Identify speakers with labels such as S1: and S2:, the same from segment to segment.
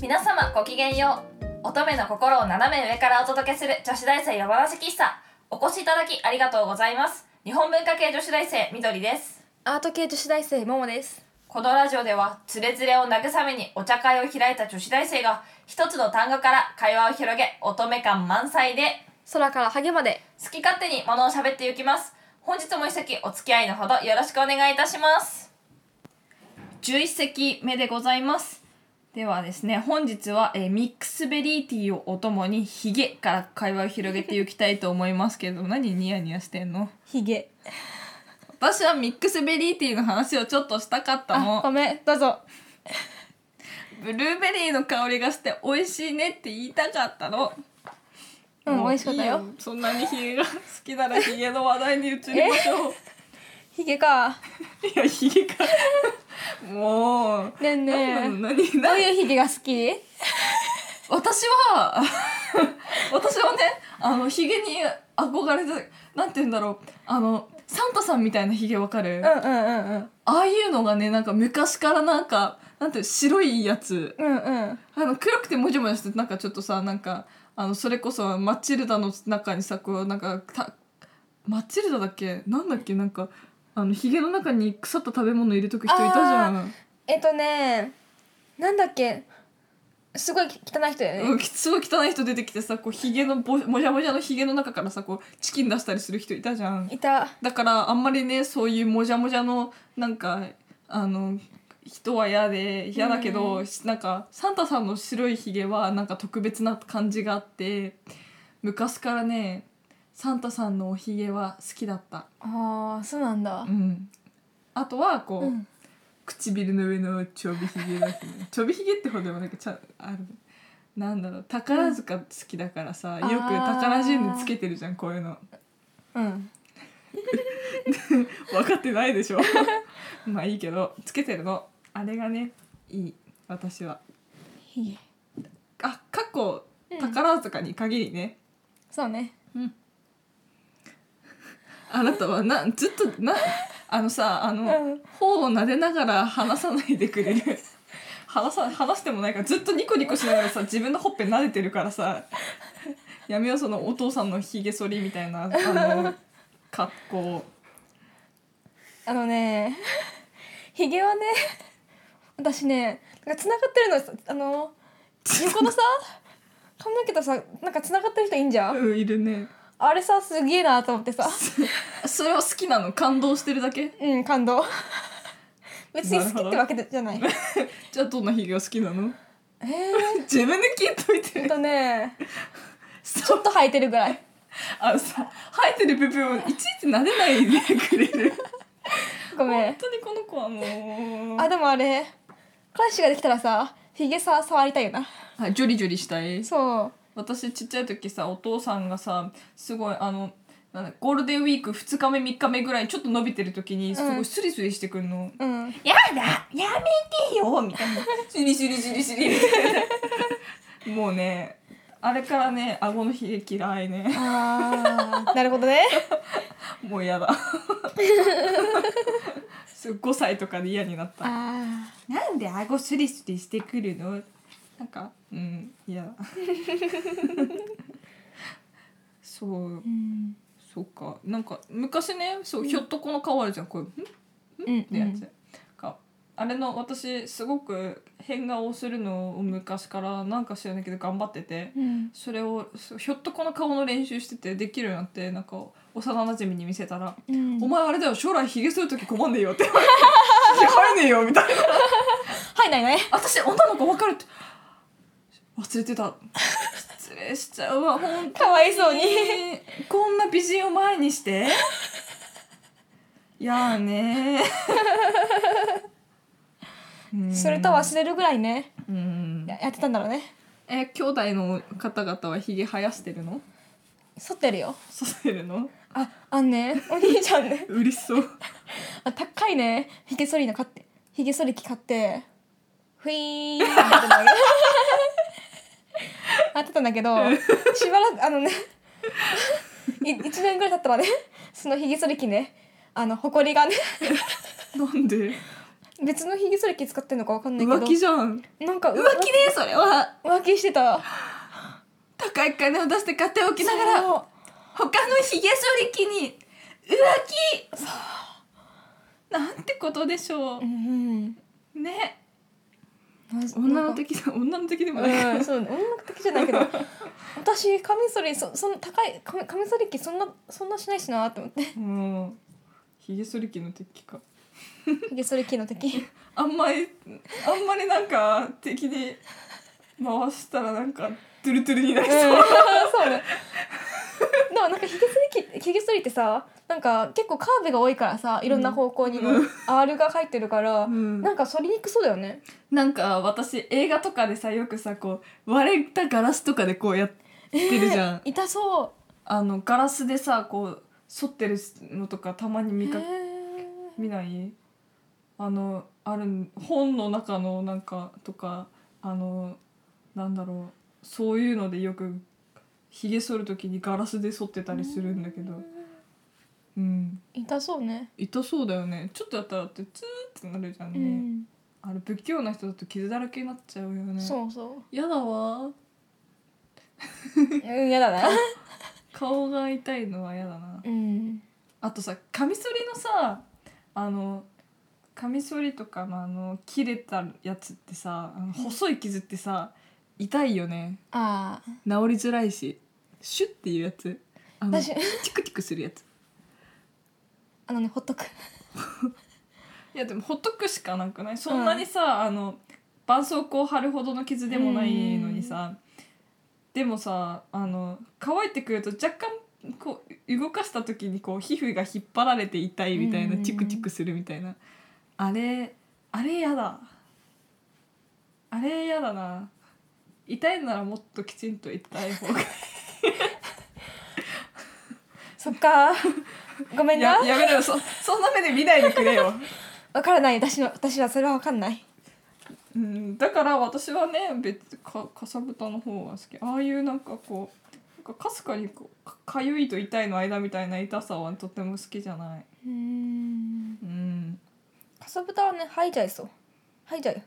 S1: 皆様ごきげんよう乙女の心を斜め上からお届けする女子大生夜話喫茶お越しいただきありがとうございます日本文化系女子大生みどりです
S2: アート系女子大生ももです
S1: このラジオではつれづれを慰めにお茶会を開いた女子大生が一つの単語から会話を広げ乙女感満載で
S2: 空からハゲまで
S1: 好き勝手に物を喋っていきます本日も一席お付き合いのほどよろしくお願いいたします11席目でございますではですね本日は、えーミックスベリーティーをお供にヒゲから会話を広げていきたいと思いますけど 何ニヤニヤしてんの
S2: ヒゲ
S1: 私はミックスベリーティーの話をちょっとしたかった
S2: あご
S1: の
S2: めんどうぞ
S1: ブルーベリーの香りがして美味しいねって言いたかったの
S2: うん
S1: も
S2: 美味しかったよ
S1: いいそんなにヒゲが好きならヒゲの話題に移りましょう
S2: ヒゲか
S1: いや、ひげか。もう。
S2: ねえねえ
S1: 何なの何
S2: どう
S1: 何
S2: いうヒゲが好き
S1: 私は、 私はね、あの、ひげに憧れて、なんて言うんだろう。あの、サンタさんみたいなひげわかる、
S2: う
S1: あ
S2: んうんうん
S1: あいうのがね、なんか昔からなんか、なんていうの白いやつ。
S2: うんうん
S1: あの、黒くてもじゃもじゃしてて、なんかちょっとさ、なんか、あの、それこそマチルダの中にさ、こう、なんか、たマチルダだっけなんだっけなんか、あの、ひげの中に腐った食べ物入れとく人いたじゃん。
S2: えっとねなんだっけすごい汚い人だよ
S1: う
S2: ね
S1: ん、き すごい汚い人出てきてさこうひげのぼもじゃもじゃのひげの中からさこうチキン出したりする人いたじゃん
S2: いた
S1: だからあんまりねそういうもじゃもじゃのなんかあの人は嫌で嫌だけど、
S2: う
S1: なんかサンタさんの白いひげはなんか特別な感じがあって昔からねサンタさんのおひげは好きだった、
S2: ああそうなんだ
S1: うん、あとはこう、
S2: うん
S1: 唇の上のちょびひげだし ねちょびひげってほどでもなんかちゃあるなんだろう宝塚好きだからさ、
S2: うん
S1: よく宝ジュンで
S2: あー
S1: つけてるじゃんこういうの
S2: うん
S1: 分かってないでしょ まあいいけどつけてるのあれがねいい私は
S2: ヒゲ
S1: あ過去
S2: うん
S1: 宝塚に限りね、
S2: そうね
S1: あなたはなずっとなあのさあの、
S2: うん
S1: 頬を撫でながら話さないでくれる話さ話してもないからずっとニコニコしながらさ自分のほっぺ撫でてるからさやめようそのお父さんのひげ剃りみたいなあの格好
S2: あのねヒゲはね私ねなんか繋がってるのさあ の横のさ髪の毛とさなんか繋がってる人いいんじゃん
S1: うんいるね
S2: あれさすげえなと思ってさ
S1: それは好きなの感動してるだけ
S2: うん感 動別に好きってわけじゃない
S1: じゃあどんなひげが好きなの
S2: えー、
S1: 自分で聞いとい
S2: ほん
S1: て
S2: とねち
S1: そ
S2: ょ
S1: う
S2: っと生えてるぐらい
S1: あのさ生えてる部分をいちいち撫でないでくれる
S2: ごめ
S1: 本
S2: ん
S1: 当にこの子はもう
S2: あでもあれ彼氏ができたらさヒゲさ触りたいよな
S1: あジョリジョリしたい
S2: そう
S1: 私ちっちゃい時さお父さんがさすごいあのなんだゴールデンウィーク2日目3日目ぐらいちょっと伸びてる時にすごいスリスリしてくんの、
S2: うん
S1: やだやめてよみたいなスリスリスリスリみたいなもうねあれからね顎のひげ嫌いね
S2: あ ーなるほどね
S1: もうやだすごい5歳とかで嫌になった
S2: あ
S1: なんで顎スリスリしてくるのなんかうん嫌だそう
S2: ーうん
S1: そうかなんか昔ねそう、ひょっとこの顔あるじゃんこういう「ん?」っ
S2: うん
S1: てやつ、かあれの私すごく変顔をするのを昔からなんか知らないけど頑張ってて
S2: うん
S1: それをそうひょっとこの顔の練習しててできるようになってなんか幼なじみに見せたら「
S2: うん
S1: お前あれだよ将来ひげする時困んねえよ」って言われて「ひげ生えねえよ」みたいな
S2: はいないない
S1: 「私女の子分かる」って忘れてた失礼しちゃうわほんと
S2: かわいそうに
S1: えーこんな美人を前に していやーねー
S2: それと忘れるぐらいね
S1: うん
S2: ややってたんだろうね
S1: え兄弟の方々はひげ生やしてるの
S2: 剃ってるよ
S1: させるの
S2: ああんねお兄ちゃんね
S1: 嬉しそう
S2: あ高いねひげ剃りの買ってひげ剃り機買ってふいーんってやってたんだけどやってたんだけどしばらくあのねい一年ぐらい経ったらねそのひげ剃り機ねあのほこりがね
S1: なんで
S2: 別のひげ剃り器使ってんのかわかんないけど
S1: 浮気じゃん浮
S2: なんか
S1: 気ねそれは
S2: 浮気してた
S1: 高い金を出して買っておきながら
S2: そう
S1: 他のひげ剃り機に浮気なんてことでしょ
S2: うん
S1: うね
S2: まず
S1: 女
S2: なん
S1: の
S2: か
S1: 敵だ女の敵でもない
S2: うん、そう音楽的じゃないけど私カミソリそそんな高いカミカミソリ機そんなそんなしないしなと思って
S1: もうひげ剃り機の敵か
S2: ひげ剃り機の 敵
S1: あんまりあんまりなんか敵に回したらなんかトゥルトゥルになり
S2: うん
S1: そう、
S2: そうねでもなんかひげ剃り機ひげ剃りってさなんか結構カーブが多いからさいろんな方向にも
S1: う
S2: R が入ってるから、
S1: うん
S2: なんか剃りにくそうだよね
S1: なんか私映画とかでさよくさこう割れたガラスとかでこうやってるじゃん、
S2: 痛そ
S1: あのガラスでさこう反ってるのとかたまに
S2: う
S1: 見か
S2: へ
S1: 見ないあのあるん本の中のなんかとかあのなんだろうそういうのでよくひげ剃る時にガラスで剃ってたりするんだけどうん
S2: ー痛そうね
S1: 痛そうだよねちょっとやったらってツーってなるじゃん
S2: う
S1: ね、
S2: ん
S1: あれ不器用な人だと傷だらけになっちゃうよね
S2: そうそう
S1: やだわ
S2: うんやだな
S1: 顔が痛いのはやだな
S2: うん
S1: あとさカミソリのさあのカミソリとかのあの切れたやつってさあの細い傷ってさ痛いよね
S2: ああ
S1: 治りづらいしシュッていうやつあの
S2: 私
S1: チクチクするやつ
S2: あのねほっとく
S1: いやでもほっとくしかなくないそんなにさ、あの絆創膏貼るほどの傷でもないのにさでもさあの乾いてくると若干こう動かした時にこう皮膚が引っ張られて痛いみたいな
S2: うん
S1: チクチクするみたいなあれあれやだあれやだな痛いならもっときちんと痛い方が
S2: そっかごめんな
S1: ややめろよそそんな目で見ないでくれよ
S2: わからない私の私はそれはわかんない
S1: うん、だから私はね別かかさぶたの方が好きああいうなんかこうなんかかすかにこうかかゆいと痛いの間みたいな痛さはとても好きじゃない、
S2: うん
S1: うん、
S2: かさぶたはね吐いちゃいそう吐いちゃうよ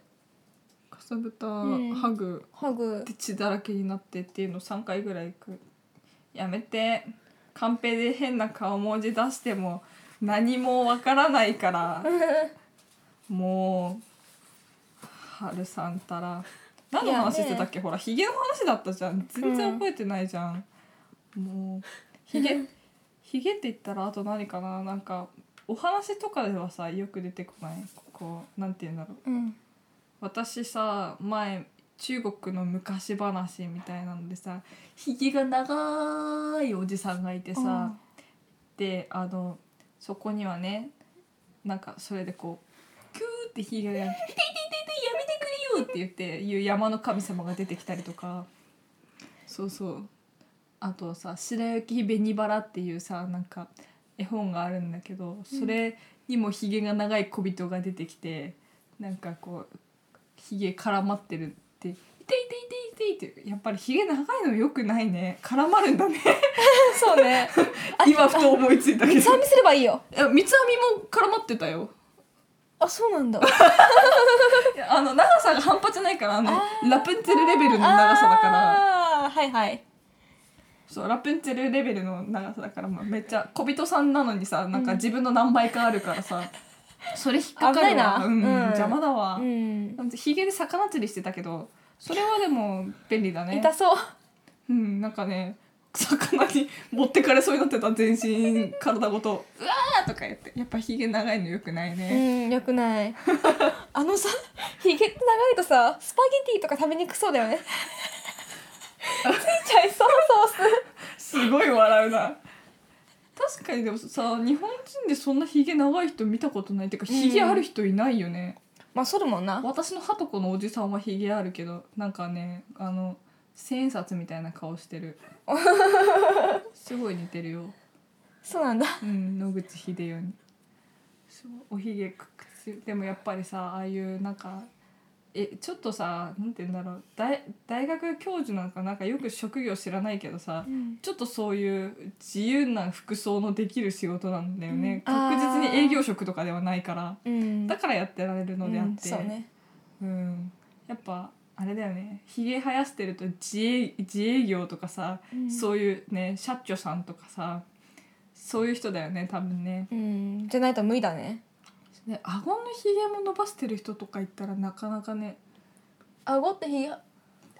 S1: かさぶた、
S2: うん
S1: ハグ
S2: ハグ
S1: で血だらけになってっていうの3回ぐらいくやめてカンペで変な顔文字出しても何もわからない からもう春さんたら何の話してたっけ、ほらひげの話だったじゃん全然覚えてないじゃん、もうひ げひげって言ったらあと何かななんかお話とかではさよく出てこないここうなんて言うんだろう
S2: うん
S1: 私さ前中国の昔話みたいなのでさひげが長いおじさんがいてさ、
S2: うん
S1: であのそこにはねなんかそれでこうキューってひげが「ていていていてやめてくれよ!」って言っていう山の神様が出てきたりとかそうそうあとさ「白雪紅バラ」っていうさなんか絵本があるんだけどそれにもひげが長い小人が出てきてなんかこうひげ絡まってるって「いていていていていて」やっぱりひげ長いのよくないね絡まるんだね
S2: そうね
S1: 今ふと思いついたけど
S2: 三つ編みすればいいよ
S1: いや三つ編みも絡まってたよ
S2: あそうなんだ
S1: いやあの長さが半端じゃないからあのラプンツェルレベルの長さだから
S2: らはいはい
S1: そうラプンツェルレベルの長さだから、まあ、めっちゃ小人さんなのにさなんか自分の何倍かあるからさ、 それ引っかか
S2: 危
S1: る
S2: ない
S1: わ
S2: な
S1: うん
S2: うん
S1: 邪魔だわ
S2: う、ん
S1: ひげで魚釣りしてたけどそれはでも便利だね
S2: 痛そう
S1: うんなんかね魚に持ってかれそうになってた全身体ごと「うわー!」とか言ってやっぱひげ長いのよくないうね、
S2: んよくない あのさひげ長いとさスパゲティとか食べにくそうだよねついちゃいそうソー
S1: すごい笑うな確かにでもさ日本人でそんなひげ長い人見たことないっていうか
S2: うん
S1: ひげある人いないよね、
S2: スまあ剃るもんな
S1: 私のハトコのおじさんはひげあるけどなんかねあの千円札みたいな顔して るすごい似てるよ
S2: そうなんだ
S1: うん、野口英世にそうおひげくくつでもやっぱりさああいうなんかえちょっとさなんて言うんだろう大大学教授なんかなんかよく職業知らないけどさ
S2: うん
S1: ちょっとそういう自由な服装のできる仕事なんだよね、
S2: うん
S1: 確実
S2: あ
S1: に
S2: ー
S1: 営業職とかではないから
S2: うん
S1: だからやってられるのであって、
S2: うんそうね
S1: うんやっぱあれだよねひげ生やしてると自営自営業とかさ、
S2: うん
S1: そういうね社長さんとかさそういう人だよね多分ね
S2: うんじゃないと無理だね
S1: ね顎のひげも伸ばしてる人とかいったらなかなかね
S2: 顎ってひげこ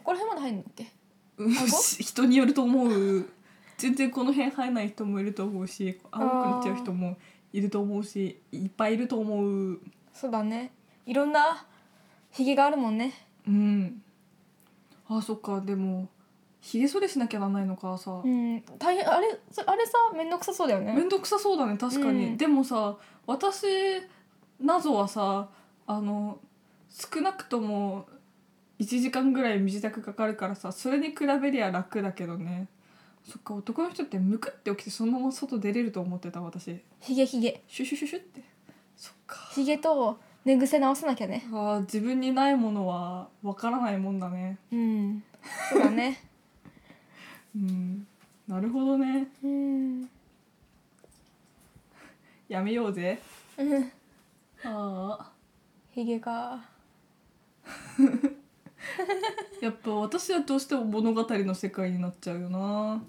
S2: こら辺まで入るんだっけ
S1: うん 人によると思う全然この辺生えない人もいると思うし青くなっちゃう人もいると思うしいっぱいいると思う
S2: そうだねいろんなひげがあるもんね
S1: うんあそっかでもひげ剃りしなきゃならないのかさ、
S2: うん大変あれそあれさ面倒くさそうだよ
S1: め
S2: ね
S1: んどくさそうだね確かに、
S2: うん
S1: でもさ私謎はさあの少なくとも1時間ぐらい身支度かかるからさそれに比べりゃ楽だけどねそっか男の人ってむくって起きてそのまま外出れると思ってた私
S2: ひげひげ
S1: シュシュシュシュってそっか
S2: ひげと寝癖直さなきゃね
S1: あー自分にないものはわからないもんだね
S2: うんそうだね
S1: うんなるほどね
S2: うん
S1: やめようぜ
S2: うん
S1: ああ
S2: ひげか
S1: やっぱ私はどうしても物語の世界になっちゃうよな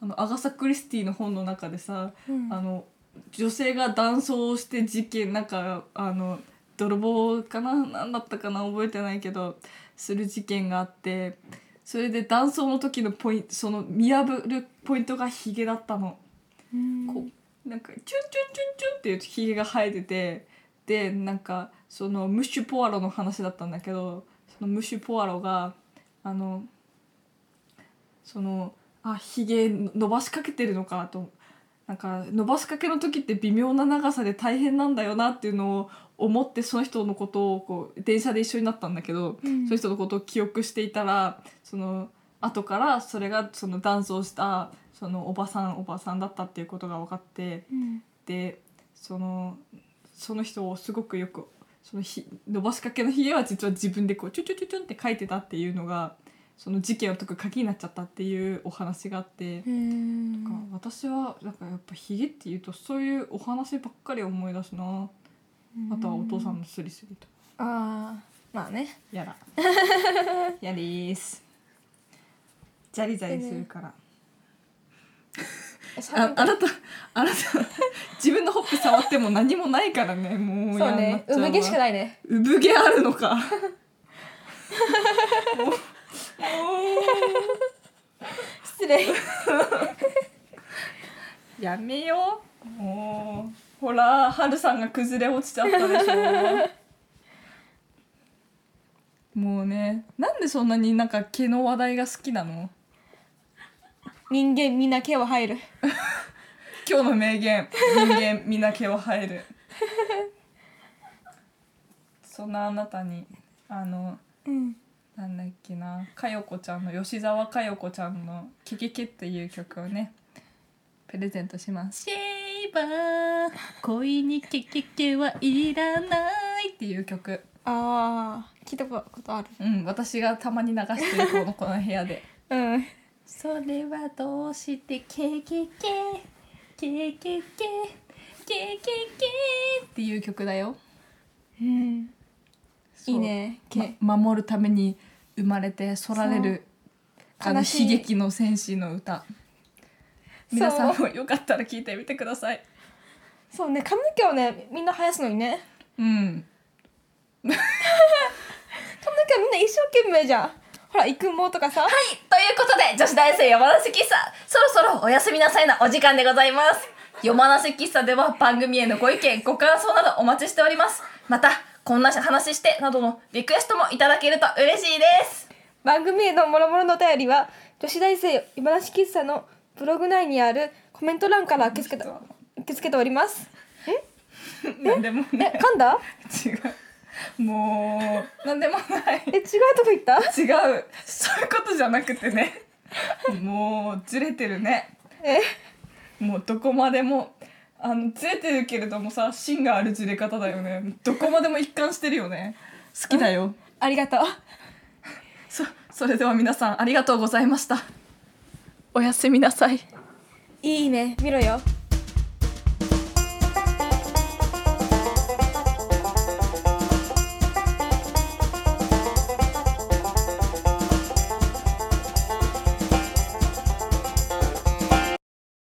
S1: あのアガサ・クリスティの本の中でさ、
S2: うん
S1: あの女性が男装して事件なんかあの泥棒かな何だったかな覚えてないけどする事件があってそれで男装の時のポイントその見破るポイントがヒゲだったの。
S2: うん
S1: こうなんかチュンチュンチュンチュンっていうひげが生えててでなんかそのムッシュポアロの話だったんだけどそのムッシュポアロがあのそのあひげ伸ばしかけてるのかとなんか伸ばしかけの時って微妙な長さで大変なんだよなっていうのを思ってその人のことをこう電車で一緒になったんだけど、
S2: うん
S1: その人のことを記憶していたらその後からそれがそのダンスをしたそのおばさんおばさんだったっていうことが分かって
S2: うん
S1: でそのその人をすごくよくそのひ伸ばしかけのひげは実は自分でこうチュチュチュチュンって書いてたっていうのがその事件を解く鍵になっちゃったっていうお話があって。
S2: うん
S1: なんか私はなんかやっぱヒゲっていうとそういうお話ばっかり思い出すなあとはお父さんのスリスリと
S2: ああまあね
S1: やだ やでーすジャリジャリするから、ああなたあなた自分のほっぺ触っても何もないからねもう
S2: そう
S1: 嫌になっ
S2: ね
S1: ちゃわ
S2: 産毛しかないね
S1: 産毛あるの かも
S2: 失礼
S1: うやめようもうほら春さんが崩れ落ちちゃったでしょもうねなんでそんなになんか毛の話題が好きなの
S2: 人間みんな毛は入る
S1: 今日の名言人間みんな毛は生える そんなあなたにあの
S2: うん
S1: なんだっけなかよこちゃんの吉沢かよこちゃんの「キキキ」っていう曲をねプレゼントします「シェイバー恋にキキキはいらない」っていう曲
S2: ああ聞いたことある
S1: うん私がたまに流してるこのこの部屋で
S2: うん
S1: 「それはどうしてケケケケケケケケケ」っていう曲だよ。
S2: うんいいね
S1: ま
S2: 毛、
S1: 守るために生まれてそられる
S2: そう
S1: あの
S2: 悲し
S1: 悲
S2: い
S1: 劇の戦士の歌皆さんもよかったら聞いてみてください
S2: そうね髪の毛をねみんな生やすのにね
S1: うん
S2: 髪の毛はみんな一生懸命じゃんほら育毛とかさ
S1: ということで女子大生山梨喫茶そろそろおやすみなさいなお時間でございます山梨喫茶では番組へのご意見ご感想などお待ちしておりますまたこんな話してなどのリクエストもいただけると嬉しい です
S2: 番組への諸々のお便りは女子大生今なし喫茶のブログ内にあるコメント欄から受け付けて
S1: この人
S2: 受け付けております
S1: 何でも
S2: え噛んだ
S1: 違うもう何でもない
S2: え違うとこ行った
S1: 違うそういうことじゃなくてねもうずれてるね
S2: え
S1: もうどこまでもあのずれてるけれどもさ芯があるずれ方だよねどこまでも一貫してるよね好きだよ
S2: ありがとう
S1: そそれでは皆さんありがとうございましたおやすみなさい
S2: いいね見ろよ